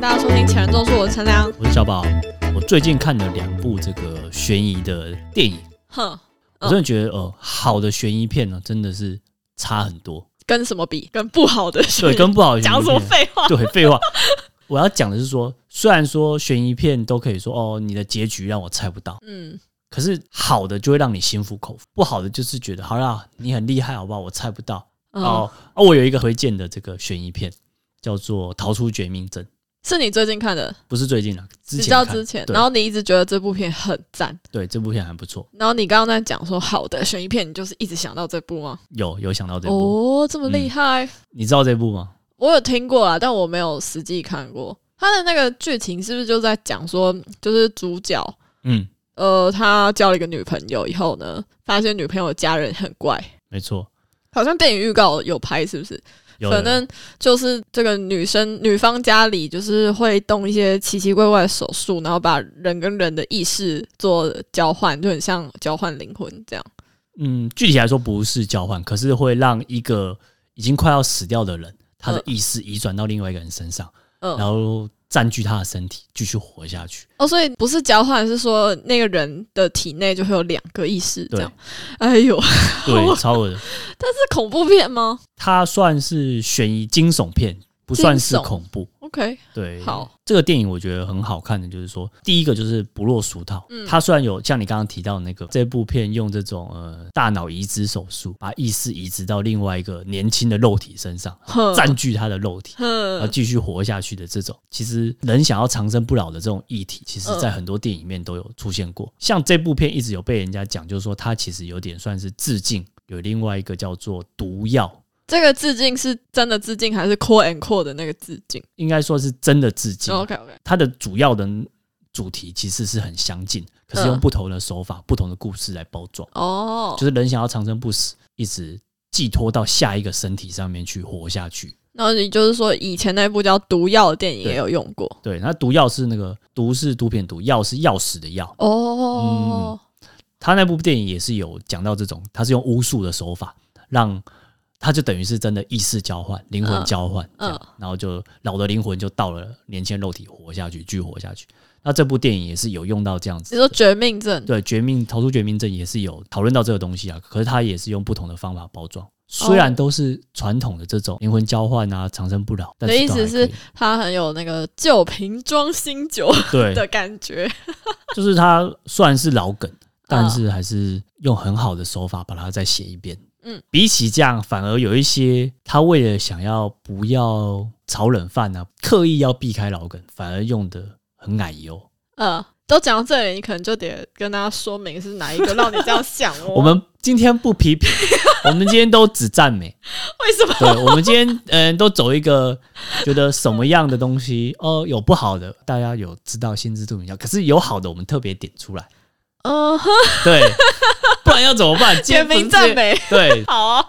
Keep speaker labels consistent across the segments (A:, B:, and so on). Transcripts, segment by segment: A: 大家收听《前人种树》，我是陈良。
B: 我是小宝。我最近看了两部这个悬疑的电影，
A: 哼，
B: 我真的觉得，呃，好的悬疑片呢，真的是差很 多。
A: 跟什么比？跟不好的是
B: 对，跟不好的悬 疑
A: 讲什么
B: 片
A: 废话？
B: 对，废话。我要讲的是说，虽然说悬疑片都可以说哦，你的结局让我猜不到，
A: 嗯，
B: 可是好的就会让你心服口服，不好的就是觉得好啦，你很厉害，好不好？我猜不到。
A: 哦
B: 哦，，哦我有一个推荐的这个悬疑片，叫做《逃出绝命镇》，
A: 是你最近看的，
B: 不是最近了，之
A: 比
B: 前
A: 较
B: 看
A: 之前，
B: 对
A: 然后你一直觉得这部片很赞，
B: 对这部片还不错，
A: 然后你刚刚在讲说好的悬疑片，你就是一直想到这部吗？
B: 有有想到这部，嗯
A: 哦，这么厉害，
B: 你知道这部吗？
A: 我有听过啊，但我没有实际看过。他的那个剧情是不是就在讲说，就是主角
B: 嗯，
A: 呃，他交了一个女朋友以后呢，发现女朋友的家人很怪，
B: 没错，
A: 好像电影预告有拍，是不是？
B: 有
A: 反正就是这个女生女方家里就是会动一些奇奇怪怪的手术，然后把人跟人的意识做交换，就很像交换灵魂这样。
B: 嗯，具体来说不是交换，可是会让一个已经快要死掉的人，他的
A: 嗯
B: 意识移转到另外一个人身上，然
A: 嗯，
B: 后占据他的身体，继续活下去。
A: 哦，所以不是交换，是说那个人的体内就会有两个意识这
B: 对
A: 样。哎呦，
B: 对，超恶的。
A: 这是恐怖片吗
B: 它算是悬疑惊悚片，不算是
A: 惊悚
B: 恐怖。
A: ？OK，
B: 对，
A: 好，
B: 这个电影我觉得很好看的，就是说，第一个就是不落俗套。
A: 嗯
B: 它虽然有像你刚刚提到那个这部片用这种呃大脑移植手术，把意识移植到另外一个年轻的肉体身上，
A: 哼
B: 占据他的
A: 嗯
B: 肉体，然后
A: 哼，
B: 继续活下去的这种，其实人想要长生不老的这种议题，其实在很多电影里面都有出现过。像这部片一直有被人家讲，就是说它其实有点算是致敬，有另外一个叫做毒药，
A: 这个致敬是真的致敬还是 “core and core” 的那个致敬
B: 应该说是真的致敬。
A: ？OK OK，
B: 它的主要的主题其实是很相近，可
A: 嗯
B: 是用不同的手法、不同的故事来包装，
A: 哦，
B: 就是人想要长生不死，一直寄托到下一个身体上面去活下去。
A: 然后你就是说，以前那部叫《毒药》的电影
B: 对
A: 也有用过
B: 对，那毒药是那个毒是毒品的毒，药是钥匙的药。嗯
A: 哦。
B: 他那部电影也是有讲到这种，他是用巫术的手法，让他就等于是真的意识交换、灵魂交换这样，
A: 嗯
B: 然后就老的灵魂就到了年轻肉体活下去，继续活下去。那这部电影也是有用到这样
A: 你
B: 子
A: 说
B: 的，
A: 《绝命镇》
B: 对《绝命逃出绝命镇》也是有讨论到这个东西啊，可是他也是用不同的方法包装。虽然都是传统的这种灵魂交换啊，长生不老，但
A: 的
B: 是
A: 意
B: 都还
A: 思是
B: 可以
A: 它很有那个旧瓶装新酒
B: 对，
A: 的感觉，
B: 就是它虽然是老梗，但
A: 嗯
B: 是还是用很好的手法把它再写一遍。
A: 嗯
B: 嗯，比起这样，反而有一些他为了想要不要炒冷饭啊，刻意要避开老梗，反而用的很奶油。
A: 呃，都讲到这里，你可能就得跟大家说明是哪一个让你这样想哦。
B: 我们今天不 批评，我们今天都只赞美。
A: 为什么？
B: 对，我们今天嗯、都走一个觉得什么样的东西哦，有不好的，大家有知道心知肚明要，可是有好的我们特别点出来，
A: 嗯，
B: 对， 不然要怎么办？今
A: 全
B: 天不是
A: 民赞美，
B: 对。
A: 好啊。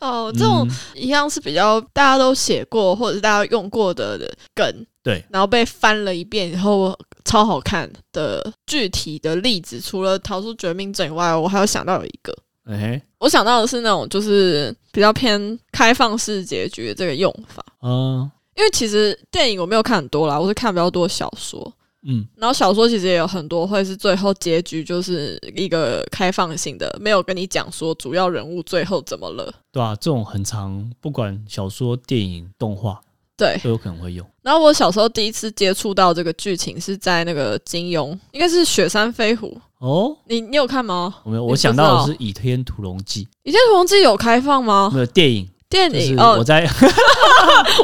A: 哦，这种
B: 嗯
A: 一样是比较大家都写过或者是大家用过的梗，
B: 对，
A: 然后被翻了一遍以后超好看的具体的例子，除了逃出绝命镇以外，我还有想到有一个，
B: 哎、
A: 我想到的是那种就是比较偏开放式结局的这个用法，
B: 嗯
A: 因为其实电影我没有看很多啦，我是看比较多小说。
B: 嗯，
A: 然后小说其实也有很多会是最后结局就是一个开放性的，没有跟你讲说主要人物最后怎么了。
B: 对啊，这种很长，不管小说、电影、动画
A: 对，
B: 都有可能会用。
A: 然后我小时候第一次接触到这个剧情是在那个金庸，应该是《雪山飞狐》。
B: 哦，
A: 你你有看吗？
B: 我没有，
A: 你
B: 我
A: 不
B: 想
A: 知
B: 到
A: 道
B: 的是《倚天屠龙记
A: 《倚天屠龙记》有开放》，吗？
B: 没有电影，
A: 电
B: 嗯就
A: 影
B: 是
A: 哦
B: 我，在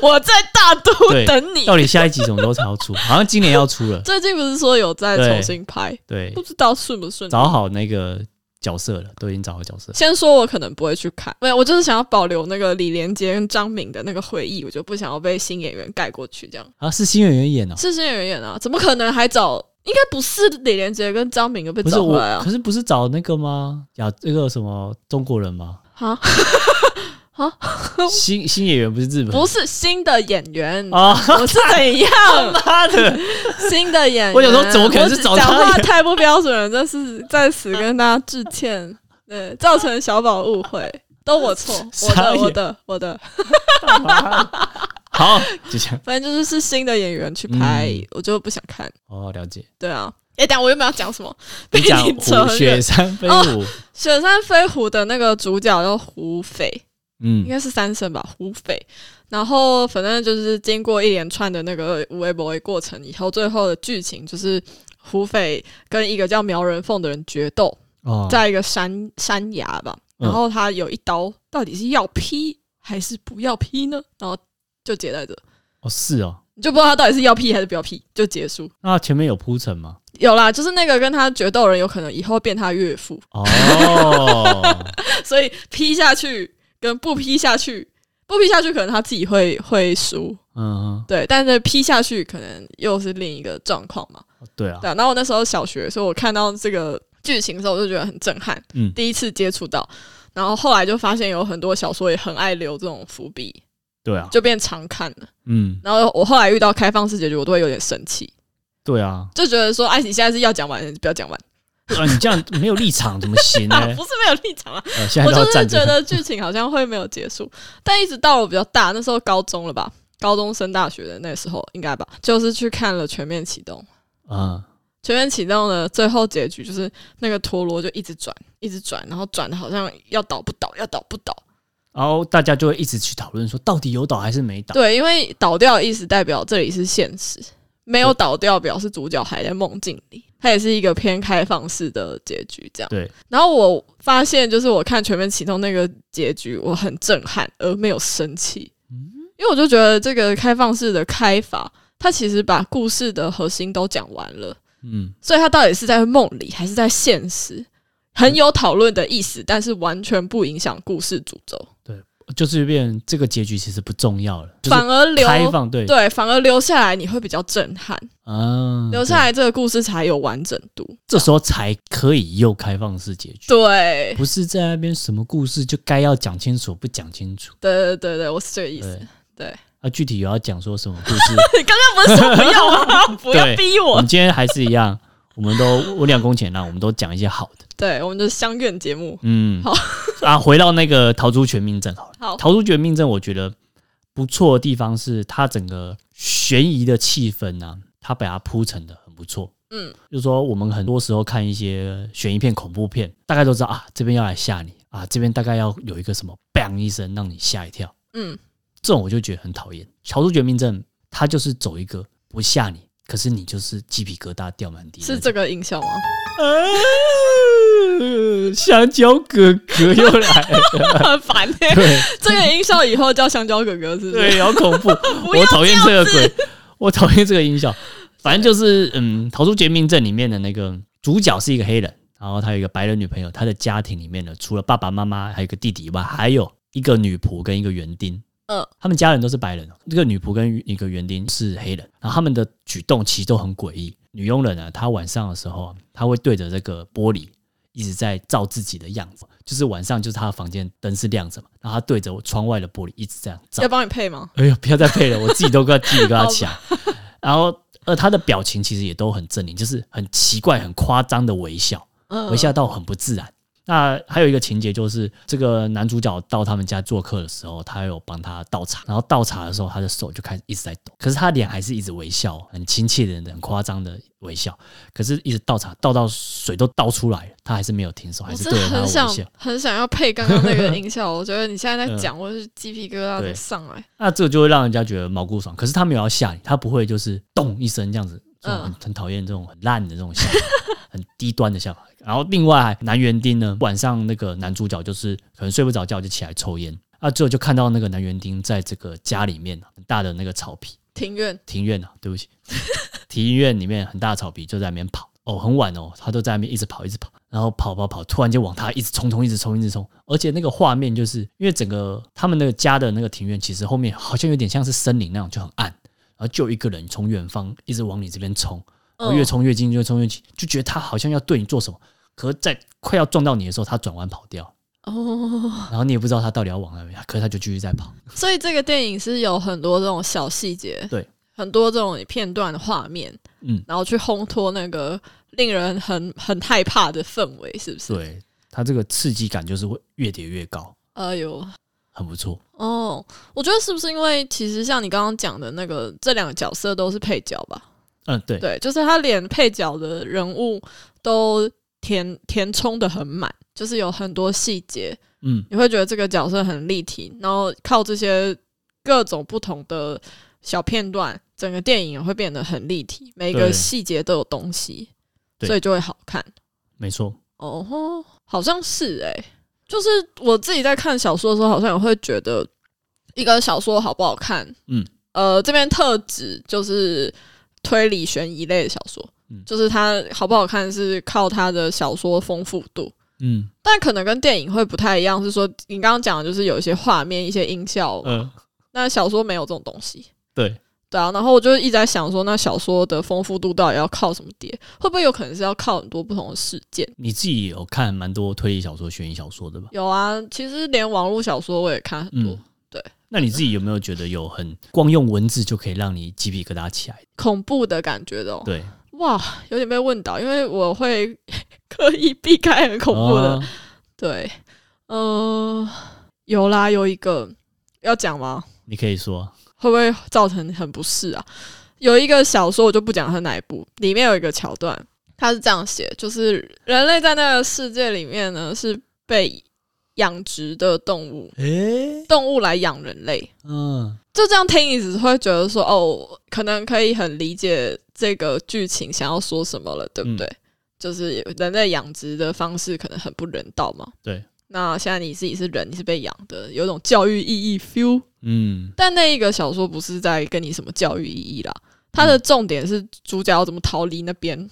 A: 我在大都
B: 对
A: 等你。
B: 到底下一集什么时候才要出？好像今年要出了，
A: 最近不是说有在
B: 对
A: 重新拍，
B: 对
A: 不，知道顺不顺利。
B: 找好那个角色了，都已经找好角色。
A: 先说，我可能不会去看，没有，我就是想要保留那个李连杰跟张敏的那个回忆，我就不想要被新演员盖过去。这样
B: 啊，是新演员演哦，
A: 是新演员演啊，怎么可能还找？应该不是李连杰跟张敏又被
B: 不是
A: 找
B: 我
A: 回来，啊
B: 可？是不是找那个吗？呀，这个什么中国人吗？
A: 啊，
B: 新新演员不是日本人
A: 不是新的演 员，
B: 啊？
A: 我是怎样
B: 妈的，
A: 新的演员？
B: 我想说怎么可能是找
A: 我
B: 他
A: 讲
B: 演
A: 话太不标准了，这是在此跟大家致歉， 对，造成小宝误会，都我错，我
B: 傻
A: 的，
B: 眼
A: 我的，我的。
B: 妈的好，就这样。
A: 反正就是是新的演员去拍，
B: 嗯
A: 我就不想看。
B: 哦，了解。
A: 对啊，哎、等一下我原本要讲什么？被
B: 你讲
A: 扯
B: 虎
A: 远
B: 雪山飞舞，
A: 雪山飞狐的那个主角叫胡斐，应
B: 嗯，
A: 该是三声吧，胡斐。然后反正就是经过一连串的那个无为博为过程以后，最后的剧情就是胡斐跟一个叫苗人凤的人决斗，
B: 哦，
A: 在一个山山崖吧，
B: 嗯
A: 然后他有一刀，到底是要劈还是不要劈呢？然后就结在这，
B: 哦是哦，
A: 你就不知道他到底是要劈还是不要劈，就结束。
B: 那前面有铺陈吗？
A: 有啦，就是那个跟他决斗的人有可能以后变他岳父，
B: 哦，
A: 所以劈下去跟不劈下去，不劈下去可能他自己会会输，
B: 嗯，
A: 对，但是劈下去可能又是另一个状况嘛。
B: 对啊
A: 对，啊，然后我那时候小学，所以我看到这个剧情的时候，我就觉得很震撼，
B: 嗯
A: 第一次接触到。然后后来就发现有很多小说也很爱留这种伏笔，
B: 对啊，
A: 就变常看了。
B: 嗯，
A: 然后我后来遇到开放式结局，我都会有点生气，
B: 对啊，
A: 就觉得说，哎，你现在是要讲完，不要讲完
B: 啊，你这样没有立场怎么行呢
A: 啊？？不是没有立场啊，
B: 呃现在
A: 我
B: 都要
A: 就是
B: 站
A: 觉
B: 着，
A: 得剧情好像会没有结束，但一直到我比较大，那时候高中了吧，高中升大学的那时候应该吧，就是去看了《全面启动》。
B: 嗯，
A: 全面启动的最后结局就是那个陀螺就一直转，一直转，然后转的好像要倒不倒，要倒不倒。
B: 然后大家就会一直去讨论说，到底有倒还是没倒？
A: 对，因为倒掉的意思代表这里是现实，没有倒掉表示主角还在梦境里。它也是一个偏开放式的结局，这样。
B: 对，
A: 然后我发现，就是我看全面启动那个结局，我很震撼，而没有生气，因为我就觉得这个开放式的开法，它其实把故事的核心都讲完了。
B: 嗯，
A: 所以他到底是在梦里还是在现实，很有讨论的意思，但是完全不影响故事主轴，
B: 就是变这个结局其实不重要了，就是
A: 反而留
B: 开放对
A: 对，反而留下来你会比较震撼，
B: 啊，
A: 留下来这个故事才有完整度。
B: 这时候才可以又开放式结局，
A: 对，
B: 不是在那边什么故事就该要讲清楚不讲清楚，
A: 对对对对，我是这个意思
B: 对。
A: 对，
B: 啊，具体有要讲说什么故事？
A: 你刚刚不是说不要吗？ 不要逼
B: 我
A: 我
B: 们。今天还是一样，我们都我两公钱啦，我们都讲一些好的。
A: 对，我们就是相怨节目。
B: 嗯，
A: 好
B: 啊，回到那个逃出绝命镇好了。
A: 好
B: 逃出绝命镇，我觉得不错的地方是它整个悬疑的气氛啊，它把它铺陈的很不错。
A: 嗯，
B: 就是说我们很多时候看一些悬疑片、恐怖片，大概都知道啊，这边要来吓你啊，这边大概要有一个什么 bang 一声让你吓一跳，
A: 嗯，
B: 这种我就觉得很讨厌。逃出绝命镇，它就是走一个不吓你，可是你就是鸡皮疙瘩掉满地那种。
A: 是这个音效吗？
B: 啊香蕉哥哥又来了，
A: 很 烦欸
B: 对
A: 这个音效以后叫香蕉哥哥是不是？
B: 对，好恐怖，我讨厌这个鬼，我讨厌这个音效。反正就是，嗯，《逃出绝命镇》里面的那个主角是一个黑人，然后他有一个白人女朋友，他的家庭里面呢，除了爸爸妈妈还有一个弟弟以外，还有一个女仆跟一个园丁。
A: 嗯
B: 他们家人都是白人哦，这个女仆跟一个园丁是黑人，然后他们的举动其实都很诡异。女佣人啊，她晚上的时候啊，她会对着这个玻璃一直在照自己的样子，就是晚上就是她的房间灯是亮着嘛，然后她对着窗外的玻璃一直这样照
A: 要。帮你配吗？
B: 哎呦，不要再配了，我自己都跟他自己跟他抢。然后，呃，他的表情其实也都很狰狞，就是很奇怪、很夸张的微笑，
A: 嗯
B: 微笑到很不自然。那还有一个情节就是，这个男主角到他们家做客的时候，他有帮他倒茶，然后倒茶的时候，他的手就开始一直在抖，可是他脸还是一直微笑，很亲切的、很夸张的微笑。可是，一直倒茶，倒到水都倒出来了，他还是没有停手，还
A: 我
B: 是
A: 真
B: 对
A: 的
B: 着他
A: 很
B: 微
A: 想
B: 笑。
A: 很想要配刚刚那个音 效，我觉得你现在在
B: 嗯
A: 讲，我是鸡皮疙瘩
B: 对
A: 都上来。
B: 那这个就会让人家觉得毛骨悚然。可是他没有要吓你，他不会就是咚一声这样子，这种很、
A: 嗯
B: 很讨厌这种很烂的这种吓法，很低端的吓法。然后另外男园丁呢，晚上那个男主角就是可能睡不着觉就起来抽烟，啊，最后就看到那个男园丁在这个家里面很大的那个草皮
A: 庭院
B: 庭院啊，对不起， 庭院里面很大的草皮就在那边跑。哦，很晚哦，他都在那边一直跑，一直跑，然后跑跑跑，突然间往他一直冲冲，一直冲，一直冲。而且那个画面就是因为整个他们那个家的那个庭院，其实后面好像有点像是森林那样，就很暗，然后就有一个人从远方一直往你这边冲，
A: 哦
B: 然后越冲越近，越冲越近，就觉得他好像要对你做什么。可是在快要撞到你的时候，他转弯跑掉，
A: 哦，
B: 然后你也不知道他到底要往哪边，可是他就继续在跑。
A: 所以这个电影是有很多这种小细节，
B: 对，
A: 很多这种片段的画面，
B: 嗯，
A: 然后去烘托那个令人很很害怕的氛围，是不是？
B: 对，他这个刺激感就是会越叠越高，
A: 哎呦，
B: 很不错。
A: 哦，我觉得是不是因为其实像你刚刚讲的那个，这两个角色都是配角吧？
B: 嗯，对，
A: 对，就是他连配角的人物都填填充的很满，就是有很多细节，
B: 嗯，
A: 你会觉得这个角色很立体，然后靠这些各种不同的小片段，整个电影也会变得很立体，每个
B: 对
A: 细节都有东西，
B: 对
A: 所以就会好看。
B: 没错，
A: 哦吼，好像是诶、就是我自己在看小说的时候，好像也会觉得一个小说好不好看，
B: 嗯，
A: 呃，这边特指就是推理悬疑类的小说，
B: 嗯
A: 就是它好不好看是靠它的小说丰富度。
B: 嗯
A: 但可能跟电影会不太一样，是说你刚刚讲的就是有一些画面、一些音效，
B: 呃，
A: 那小说没有这种东西。
B: 对，
A: 对啊，然后我就一直在想说，那小说的丰富度到底要靠什么叠？会不会有可能是要靠很多不同的事件？
B: 你自己有看蛮多推理小说、悬疑小说的吧？
A: 有啊，其实连网络小说我也看很多，
B: 嗯，
A: 对。
B: 那你自己有没有觉得有很光用文字就可以让你鸡皮疙瘩起来？
A: 恐怖的感觉的、哦。
B: 对，
A: 哇，有点被问倒，因为我会 刻意避开很恐怖的。
B: 哦
A: 对，嗯、有啦，有一个要讲吗？
B: 你可以说，
A: 会不会造成很不适啊？有一个小说，我就不讲它哪一部，里面有一个桥段，它是这样写：就是人类在那个世界里面呢，是被养殖的动物，
B: 诶、
A: 动物来养人类。
B: 嗯，
A: 就这样听，你只是会觉得说，哦，可能可以很理解这个剧情想要说什么了，对不对？就是人类养殖的方式可能很不人道嘛。
B: 对。
A: 那现在你自己是人，你是被养的，有一种教育意义 feel。
B: 嗯，
A: 但那一个小说不是在跟你什么教育意义啦，它的重点是主角要怎么逃离那边。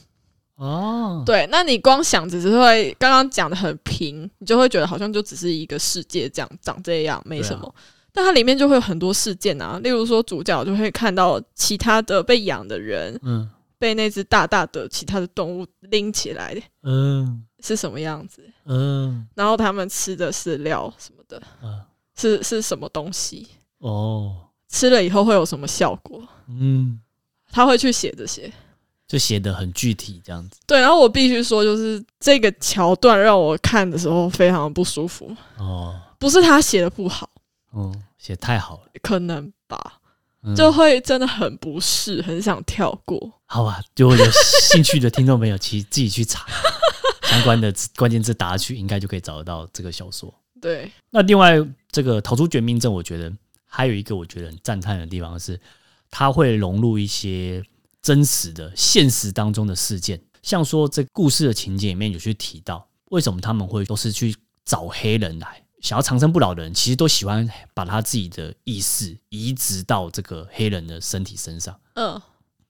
B: 哦，
A: 对，那你光想只是会刚刚讲的很平，你就会觉得好像就只是一个世界这样长这样，没什么。但它里面就会有很多事件啊，例如说主角就会看到其他的被养的人
B: 嗯
A: 被那只大大的其他的动物拎起来
B: 嗯
A: 是什么样子，
B: 嗯
A: 然后他们吃的饲料什么的，
B: 嗯，
A: 是是什么东西，
B: 哦，
A: 吃了以后会有什么效果，
B: 嗯，
A: 他会去写这些。
B: 就写的很具体这样子。
A: 对，然后我必须说，就是这个桥段让我看的时候非常不舒服，
B: 哦，
A: 不是他写的不好。
B: 嗯，写太好了，
A: 可能吧，
B: 嗯、
A: 就会真的很不适，很想跳过。
B: 好吧。如果有兴趣的听众朋友，其实自己去查相关的字关键字打下去，应该就可以找得到这个小说。
A: 对，
B: 那另外这个《逃出绝命镇》，我觉得还有一个我觉得很赞叹的地方是，它会融入一些真实的现实当中的事件，像说这故事的情节里面有去提到，为什么他们会都是去找黑人来。想要长生不老的人，其实都喜欢把他自己的意识移植到这个黑人的身体身上。
A: 嗯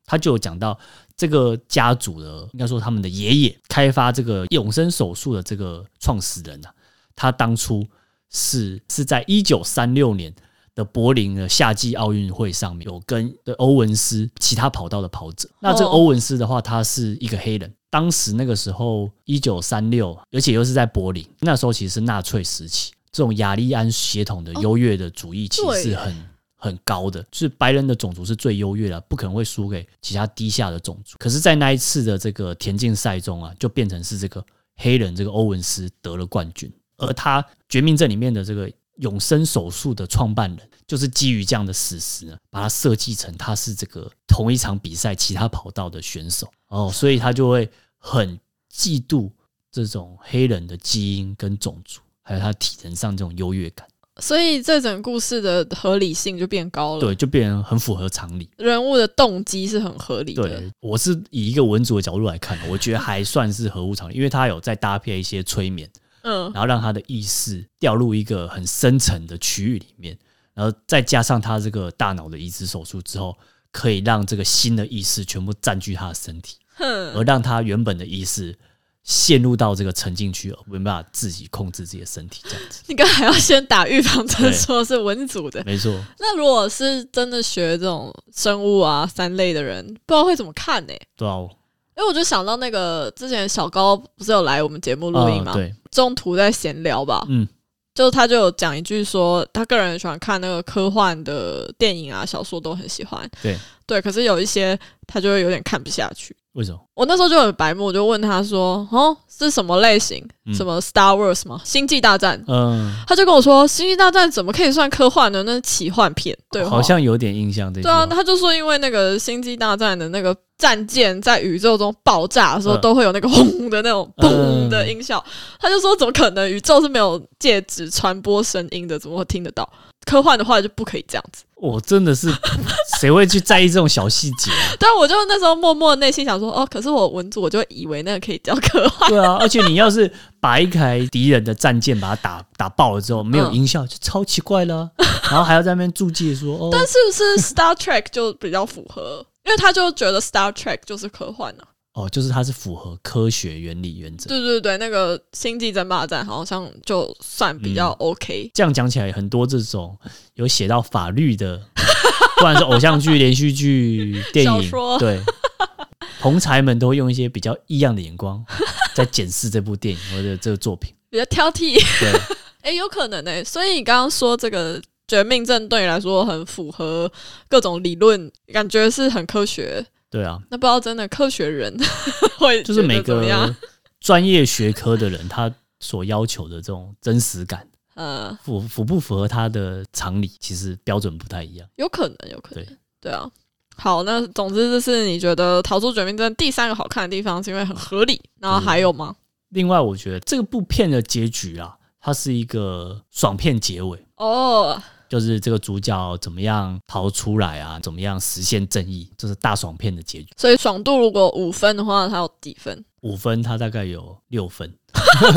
B: 他就有讲到这个家族的，应该说他们的爷爷开发这个永生手术的这个创始人啊，他当初是是在一九三六年的柏林的夏季奥运会上面有跟的欧文斯其他跑道的跑者。那这个
A: 哦
B: 欧文斯的话，他是一个黑人。当时那个时候，一九三六，而且又是在柏林，那时候其实是纳粹时期，这种雅利安血统的优越的主义其
A: 对
B: 实是
A: 耶
B: 很很高的，就是白人的种族是最优越的，不可能会输给其他低下的种族。可是，在那一次的这个田径赛中啊，就变成是这个黑人这个欧文斯得了冠军，而他《绝命镇》里面的这个永生手术的创办人，就是基于这样的史实呢，把它设计成他是这个同一场比赛其他跑道的选手哦，所以他就会很嫉妒这种黑人的基因跟种族，还有他体能上这种优越感，
A: 所以这整故事的合理性就变高了，
B: 对，就变得很符合常理。
A: 人物的动机是很合理的。
B: 对，我是以一个文主的角度来看，我觉得还算是合乎常理，因为他有再搭配一些催眠，
A: 嗯
B: 然后让他的意识掉入一个很深层的区域里面，然后再加上他这个大脑的移植手术之后，可以让这个新的意识全部占据他的身体，而
A: 哼，。
B: 让他原本的意识陷入到这个沉浸区，而没办法自己控制自己的身体，这样子
A: 你刚才要先打预防针，说是文组的。
B: 没错，
A: 那如果是真的学这种生物啊、三类的人，不知道会怎么看呢、
B: 对啊，
A: 因为我就想到那 个之前小高不是有来我们节目录音
B: 嗯
A: 吗？
B: 对，
A: 中途在闲聊吧，
B: 嗯，
A: 就是他就有讲一句说，他个人很喜欢看那个科幻的电影啊、小说都很喜欢。
B: 对
A: 对，可是有一些他就会有点看不下去。
B: 为什么？
A: 我那时候就很白目，我就问他说：“哦，是什么类型？
B: 嗯
A: 什么 Star Wars 吗？星际大战？”
B: 嗯，
A: 他就跟我说：“星际大战怎么可以算科幻呢？那是奇幻片。”对话，
B: 好像有点印象这句
A: 对啊，
B: 话。
A: 他就说因为那个星际大战的那个战舰在宇宙中爆炸的时候，
B: 嗯
A: 都会有那个轰的那种
B: 嗯
A: 嘣的音效。他就说怎么可能？宇宙是没有介质传播声音的，怎么会听得到？科幻的话就不可以这样子。
B: 我真的是谁会去在意这种小细节 啊？
A: 但我就那时候默默内心想说，哦，可是我文组我就会以为那个可以叫科幻。
B: 对啊，而且你要是把一台敌人的战舰把它打打爆了之后，
A: 嗯
B: 没有音效，就超奇 怪了啊、然后还要在那边注记说，哦，
A: 但是不是 Star Trek 就比较符合？因为他就觉得 Star Trek 就是科幻啊。
B: 哦，就是它是符合科学原理原则。
A: 对对对，那个星际争霸战好像就算比较
B: 嗯
A: OK。
B: 这样讲起来，很多这种有写到法律的， 不管是偶像剧、连续剧、电
A: 小
B: 影，
A: 说
B: 对，同才们都会用一些比较异样的眼光在检视这部电影或者这个作品。
A: 比较挑剔。
B: 对，
A: 哎、有可能哎、所以你刚刚说这个《绝命镇》对你来说很符合各种理论，感觉是很科学。
B: 对啊，
A: 那不知道真的科学人 会
B: 就是
A: 觉得
B: 每
A: 怎么样
B: 个专业学科的人，他所要求的这种真实感，
A: 呃，
B: 符符不符合他的常理，其实标准不太一样。
A: 有可能，有可能，
B: 对
A: 对啊。好，那总之就是你觉得《逃出绝命镇》第三个好看的地方是因为很合理，然后还有吗？
B: 另外，我觉得这部片的结局啊，它是一个爽片结尾。
A: 哦，
B: 就是这个主角怎么样逃出来啊，怎么样实现正义，这是大爽片的结局。
A: 所以爽度如果五分的话，它有几分？
B: 五分，他大概有六分，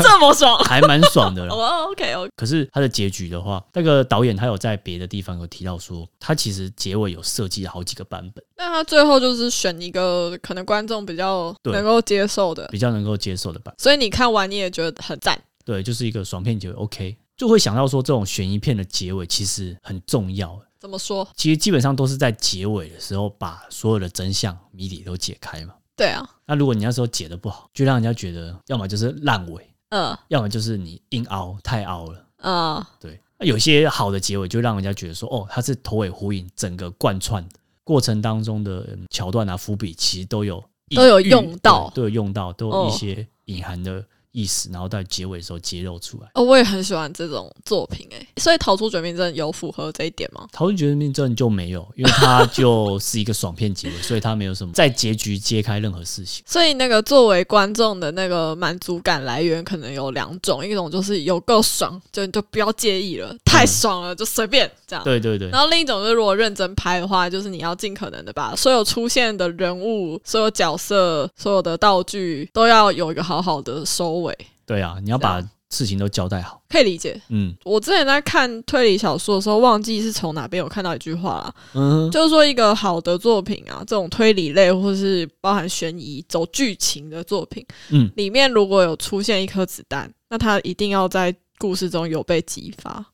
A: 这么爽？
B: 还蛮爽的 啦。
A: 哦，OK，OK，
B: 可是他的结局的话，那个导演他有在别的地方有提到说，他其实结尾有设计好几个版本，
A: 那他最后就是选一个可能观众比较
B: 对
A: 能够接受的，
B: 比较能够接受的版本。
A: 所以你看完你也觉得很赞。
B: 对，就是一个爽片结尾，OK，就会想到说这种悬疑片的结尾其实很重要。
A: 怎么说？
B: 其实基本上都是在结尾的时候把所有的真相谜底都解开嘛。
A: 对啊，
B: 那如果你那时候解的不好，就让人家觉得要么就是烂尾，
A: 嗯
B: 要么就是你硬凹太凹了，
A: 嗯，
B: 对。那有些好的结尾就让人家觉得说，哦，它是头尾呼应，整个贯穿过程当中的嗯桥段啊、伏笔，其实都有隐喻
A: 都有用到
B: 对都有用到，都有
A: 哦
B: 一些隐含的意思，然后在结尾的时候揭露出来。《
A: 哦，我也很喜欢这种作品欸诶、所以《逃出绝命镇》有符合这一点吗？
B: 逃出绝命镇》就没有，因为它就是一个爽片结尾，所以它没有什么在结局揭开任何事情。
A: 所以那个作为观众的那个满足感来源可能有两种，一种就是有够爽，就就不要介意了，太爽了就随便这样。
B: 对对对，
A: 然后另一种就是，如果认真拍的话，就是你要尽可能的把所有出现的人物、所有角色、所有的道具都要有一个好好的收尾，
B: 对啊，你要把事情都交代好。
A: 可以理解。
B: 嗯
A: 我之前在看推理小说的时候，忘记是从哪边有看到一句话啦，
B: 嗯哼，
A: 就是说一个好的作品啊，这种推理类或是包含悬疑、走剧情的作品，
B: 嗯，
A: 里面如果有出现一颗子弹，那它一定要在故事中有被激发，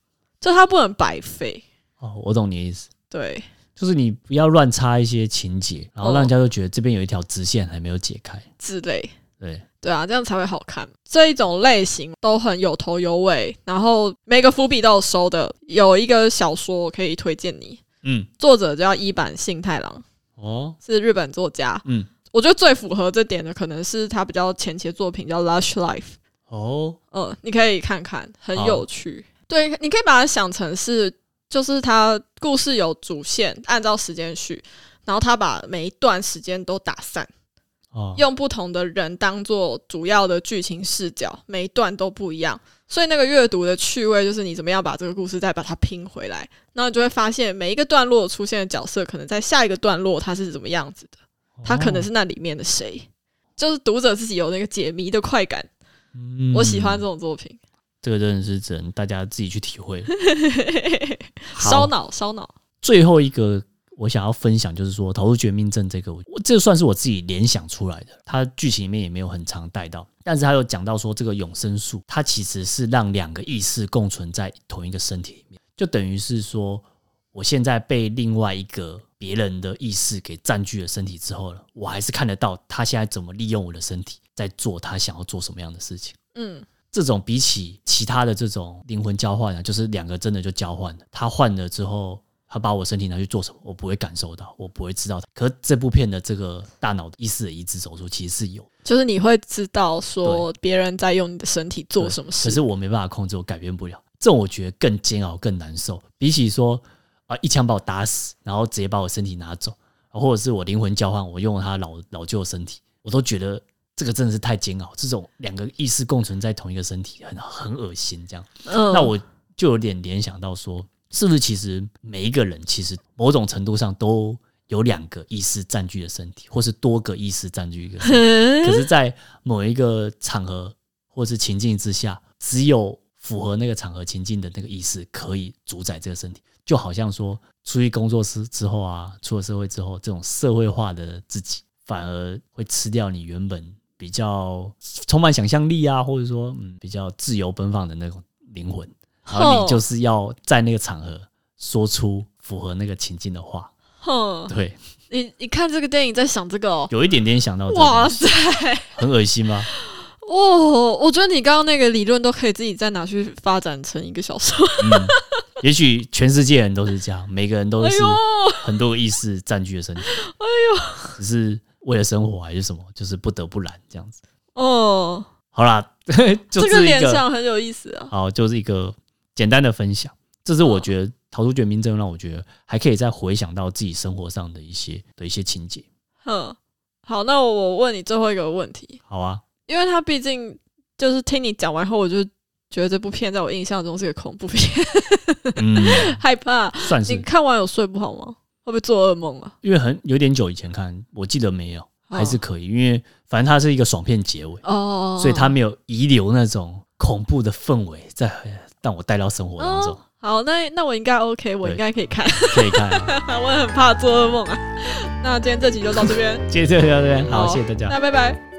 A: 就它不能白费。
B: 哦，我懂你的意思。
A: 对，
B: 就是你不要乱插一些情节，然后
A: 哦
B: 让人家就觉得这边有一条支线还没有解开。
A: 之类。
B: 对，
A: 对啊，这样才会好看。这一种类型都很有头有尾，然后每个伏笔都有收的。有一个小说我可以推荐你，
B: 嗯，
A: 作者叫伊坂幸太郎，
B: 哦，
A: 是日本作家。
B: 嗯，
A: 我觉得最符合这点的可能是他比较前期的作品叫《Lush Life》，
B: 哦，
A: 嗯，你可以看看，很
B: 好
A: 有趣。对，你可以把它想成是，就是它故事有主线，按照时间序，然后他把每一段时间都打散，
B: 哦，
A: 用不同的人当做主要的剧情视角，每一段都不一样。所以那个阅读的趣味就是你怎么样把这个故事再把它拼回来，然后你就会发现每一个段落出现的角色，可能在下一个段落它是怎么样子的。
B: 哦
A: 他可能是那里面的谁，就是读者自己有那个解谜的快感。
B: 嗯
A: 我喜欢这种作品，
B: 这个真的是只能大家自己去体 会。好
A: 烧脑烧脑。
B: 最后一个我想要分享就是说，《逃出绝命镇》这个，我这算是我自己联想出来的。它剧情里面也没有很常带到，但是它有讲到说，这个永生术它其实是让两个意识共存在同一个身体里面，就等于是说，我现在被另外一个别人的意识给占据了身体之后呢，我还是看得到他现在怎么利用我的身体，在做他想要做什么样的事情。
A: 嗯，
B: 这种比起其他的这种灵魂交换啊，就是两个真的就交换了，他换了之后。他把我身体拿去做什么，我不会感受到，我不会知道它。可是这部片的这个大脑意识的移植手术其实是有，
A: 就是你会知道说别人在用你的身体做什么事
B: 可，是我没办法控制，我改变不了。这种我觉得更煎熬、更难受。比起说啊、一枪把我打死，然后直接把我身体拿走，或者是我灵魂交换，我用了他老老旧的身体，我都觉得这个真的是太煎熬。这种两个意识共存在同一个身体，很很恶心。这样，
A: 嗯，
B: 那我就有点联想到说，是不是其实每一个人其实某种程度上都有两个意识占据的身体，或是多个意识占据一个身体
A: 嗯
B: 可是，在某一个场合或是情境之下，只有符合那个场合情境的那个意识可以主宰这个身体。就好像说，出去工作之之后啊，出了社会之后，这种社会化的自己，反而会吃掉你原本比较充满想象力啊，或者说嗯比较自由奔放的那种灵魂。然后
A: 哦
B: 你就是要在那个场合说出符合那个情境的话。
A: 哼，
B: 对，
A: 你你看这个电影在想这个哦，
B: 有一点点想到这
A: 哇
B: 个，
A: 塞，
B: 很恶心吗？
A: 哦，我觉得你刚刚那个理论都可以自己再拿去发展成一个小说，
B: 嗯，也许全世界人都是这样，每个人都
A: 哎
B: 是
A: 呦，
B: 很多意识占据的身体，哎呦，只是为了生活还是什么，就是不得不懒这样子。
A: 哦，
B: 好啦， 就
A: 这个
B: 是一
A: 联
B: 个
A: 想很有意思啊，
B: 好，就是一个简单的分享。这是我
A: 嗯
B: 觉得《逃出绝命镇》让我觉得还可以再回想到自己生活上的一些的一些情节。
A: 哼，好，那我问你最后一个问题，
B: 好啊，
A: 因为他毕竟就是听你讲完后，我就觉得这部片在我印象中是个恐怖片，
B: 嗯，
A: 害怕。
B: 算
A: 你
B: 是，
A: 看完有睡不好吗？会不会做噩梦啊？
B: 因为很有点久以前看，我记得没有，还是可以，因为反正它是一个爽片结尾。
A: 哦，
B: 所以他没有遗留那种恐怖的氛围在呃让我带到生活当中
A: 哦，好，那那我应该 OK，我应该可以看，
B: 可以看。啊
A: 我也很怕做噩梦啊。那今天这集就到这边，
B: 接着聊这边，好，谢谢大家，
A: 那拜拜。